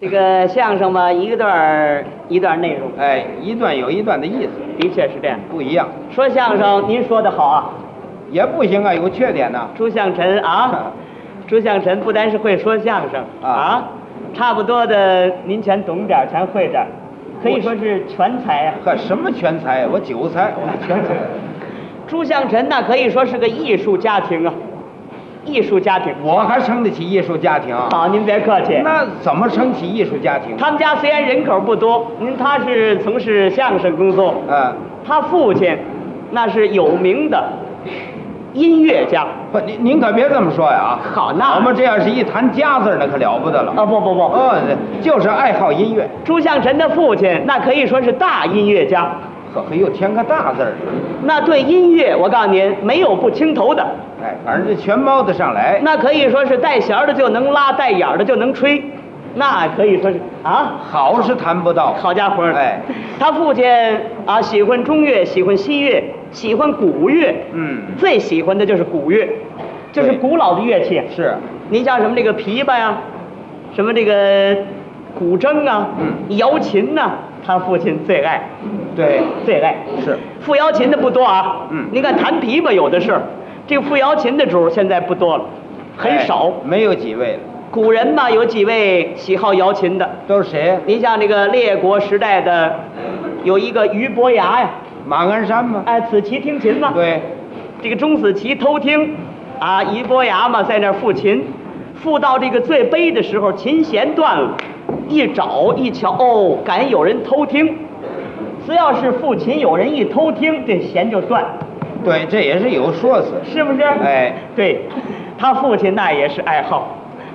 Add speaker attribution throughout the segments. Speaker 1: 这个相声嘛，一段儿一段儿内容，
Speaker 2: 哎，一段有一段的意思，
Speaker 1: 的确是这样。
Speaker 2: 不一样
Speaker 1: 说相声，您说的好啊，
Speaker 2: 也不行啊，有缺点呐、
Speaker 1: 朱向臣啊，朱向臣不单是会说相声
Speaker 2: 啊
Speaker 1: 差不多的您全懂点儿，全会点儿，可以说是全才啊。
Speaker 2: 呵，什么全才？我九才，我全才。
Speaker 1: 朱向臣那可以说是个艺术家庭啊，艺术家庭。
Speaker 2: 我还撑得起艺术家庭？
Speaker 1: 好，您别客气。
Speaker 2: 那怎么撑起艺术家庭？
Speaker 1: 他们家虽然人口不多，您他是从事相声工作，
Speaker 2: 嗯，
Speaker 1: 他父亲那是有名的音乐家。
Speaker 2: 不，您您可别这么说呀啊！
Speaker 1: 好那
Speaker 2: 我们这要是一谈家字儿那可了不得了。
Speaker 1: 啊不不不
Speaker 2: 嗯，就是爱好音乐，
Speaker 1: 朱向臣的父亲那可以说是大音乐家，
Speaker 2: 呵，嘿，又添个大字儿，
Speaker 1: 那对音乐我告诉您没有不倾头的，
Speaker 2: 哎，反正这全包得上来。
Speaker 1: 那可以说是带弦儿的就能拉，带眼儿的就能吹，那可以说是啊，
Speaker 2: 好是谈不到，
Speaker 1: 好家伙儿
Speaker 2: 哎，
Speaker 1: 他父亲啊喜欢中乐，喜欢西乐，喜欢古乐，
Speaker 2: 嗯
Speaker 1: 最喜欢的就是古乐，就是
Speaker 2: 对
Speaker 1: 古老的乐器。
Speaker 2: 是，
Speaker 1: 您像什么这个琵琶呀、什么这个古筝啊，
Speaker 2: 嗯
Speaker 1: 瑶琴呐、他父亲最爱，
Speaker 2: 对，
Speaker 1: 最爱。
Speaker 2: 是，
Speaker 1: 富瑶琴的不多啊，
Speaker 2: 嗯
Speaker 1: 您看弹琵琶有的是，这个富瑶琴的主儿现在不多了，很
Speaker 2: 哎
Speaker 1: 少。
Speaker 2: 没有几位了，
Speaker 1: 古人嘛，有几位喜好瑶琴的，
Speaker 2: 都是谁呀？
Speaker 1: 您像这个列国时代的，有一个俞伯牙呀，
Speaker 2: 马鞍山吗？
Speaker 1: 哎，子期听琴嘛，，
Speaker 2: 对，
Speaker 1: 这个钟子期偷听，啊，俞伯牙嘛在那儿复琴，复到这个最悲的时候，琴弦断了，一找一瞧，哦，敢有人偷听，只要是复琴有人一偷听，这弦就断，
Speaker 2: 对，这也是有说辞。
Speaker 1: 是不是？
Speaker 2: 哎，
Speaker 1: 对，他父亲那也是爱好，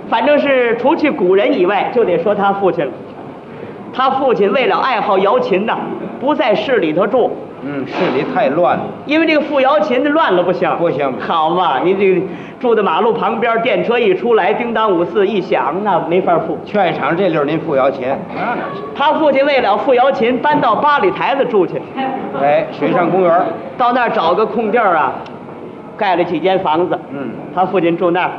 Speaker 1: 反正是除去古人以外，就得说他父亲了。他父亲为了爱好瑶琴呐，不在市里头住，
Speaker 2: 嗯，市里太乱了。
Speaker 1: 因为这个富瑶琴的乱了不行，
Speaker 2: 不行
Speaker 1: 好嘛，你这个住在马路旁边，电车一出来，叮当五四一响，那没法富。
Speaker 2: 劝一场这溜儿您付瑶琴，那哪是？
Speaker 1: 他父亲为了富瑶琴，搬到八里台子住去，
Speaker 2: 哎，水上公园儿，
Speaker 1: 到那儿找个空地儿啊，盖了几间房子。
Speaker 2: 嗯，
Speaker 1: 他父亲住那儿，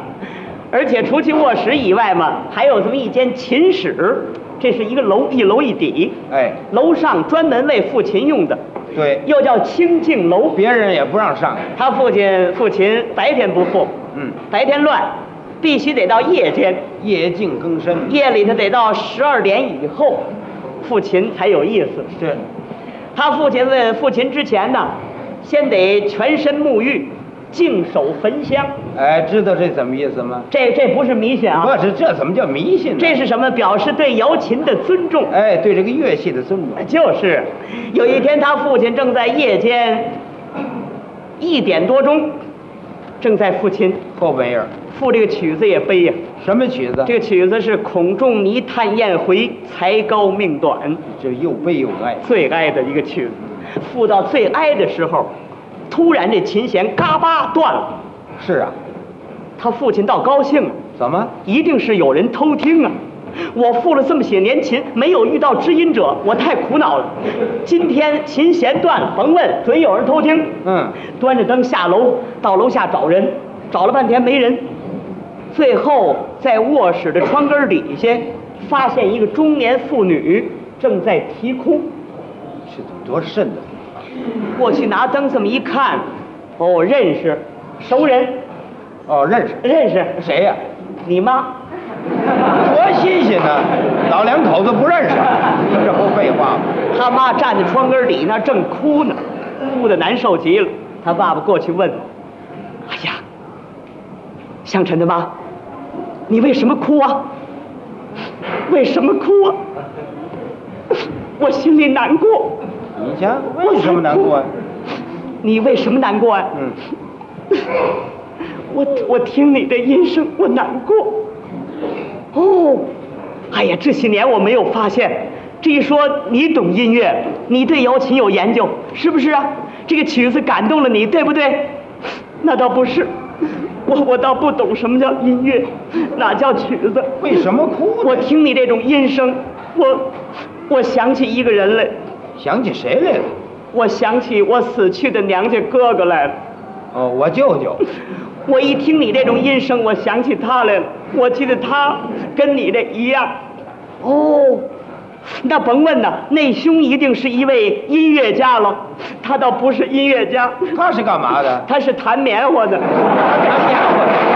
Speaker 1: 而且除去卧室以外嘛，还有这么一间琴室，这是一个楼，一楼一底，
Speaker 2: 哎，
Speaker 1: 楼上专门为父琴用的，
Speaker 2: 对，
Speaker 1: 又叫清净楼。
Speaker 2: 别人也不让上。
Speaker 1: 他父亲父琴白天不复，
Speaker 2: 嗯，
Speaker 1: 白天乱，必须得到夜间，
Speaker 2: 夜静更深。
Speaker 1: 夜里头得到十二点以后，父琴才有意思。
Speaker 2: 是，
Speaker 1: 他父亲问父琴之前呢，先得全身沐浴，净手焚香，
Speaker 2: 哎，知道这怎么意思吗？
Speaker 1: 这这不是迷信啊，
Speaker 2: 不是，这怎么叫迷信呢？
Speaker 1: 这是什么？表示对瑶琴的尊重。
Speaker 2: 哎，对这个乐器的尊重。
Speaker 1: 就是，有一天他父亲正在夜间一点多钟，正在复琴，
Speaker 2: 后半夜儿，
Speaker 1: 复这个曲子也悲呀、
Speaker 2: 什么曲子？
Speaker 1: 这个曲子是孔仲尼叹燕回，才高命短，
Speaker 2: 这又悲又哀。
Speaker 1: 最哀的一个曲子。复到最哀的时候，突然这琴弦嘎巴断了，
Speaker 2: 是啊，
Speaker 1: 他父亲倒高兴了。
Speaker 2: 怎么？
Speaker 1: 一定是有人偷听啊！我付了这么些年琴，没有遇到知音者，我太苦恼了。今天琴弦断了，甭问，准有人偷听。
Speaker 2: 嗯，
Speaker 1: 端着灯下楼，到楼下找人，找了半天没人，最后在卧室的窗根底下发现一个中年妇女正在啼哭。
Speaker 2: 这多瘆得慌。
Speaker 1: 过去拿灯这么一看，哦，认识，熟人，
Speaker 2: 哦，认识
Speaker 1: 认识，
Speaker 2: 谁呀、
Speaker 1: 你妈。
Speaker 2: 多新鲜呢！老两口子不认识，这不废话吗？
Speaker 1: 他妈站在窗根底那儿正哭呢，哭得难受极了。他爸爸过去问：“哎呀，向晨的妈，你为什么哭啊？为什么哭啊？我心里难过。
Speaker 2: 你瞧，为什么难过呀、
Speaker 1: 你为什么难过呀、啊
Speaker 2: 嗯，
Speaker 1: 我我听你的音声，我难过。哦，哎呀，这些年我没有发现。这一说你懂音乐，你对瑶琴有研究，是不是啊？这个曲子感动了你，对不对？那倒不是，我我倒不懂什么叫音乐，哪叫曲子。
Speaker 2: 为什么哭呢？
Speaker 1: 我听你这种音声，我我想起一个人来，
Speaker 2: 想起谁来了？
Speaker 1: 我想起我死去的娘家哥哥来了。
Speaker 2: 哦，我舅舅。
Speaker 1: 我一听你这种音声，我想起他来了。我记得他跟你这一样，哦，那甭问呐，内兄一定是一位音乐家了。他倒不是音乐家，
Speaker 2: 他是干嘛的？
Speaker 1: 他是弹棉花的。
Speaker 2: 他家伙，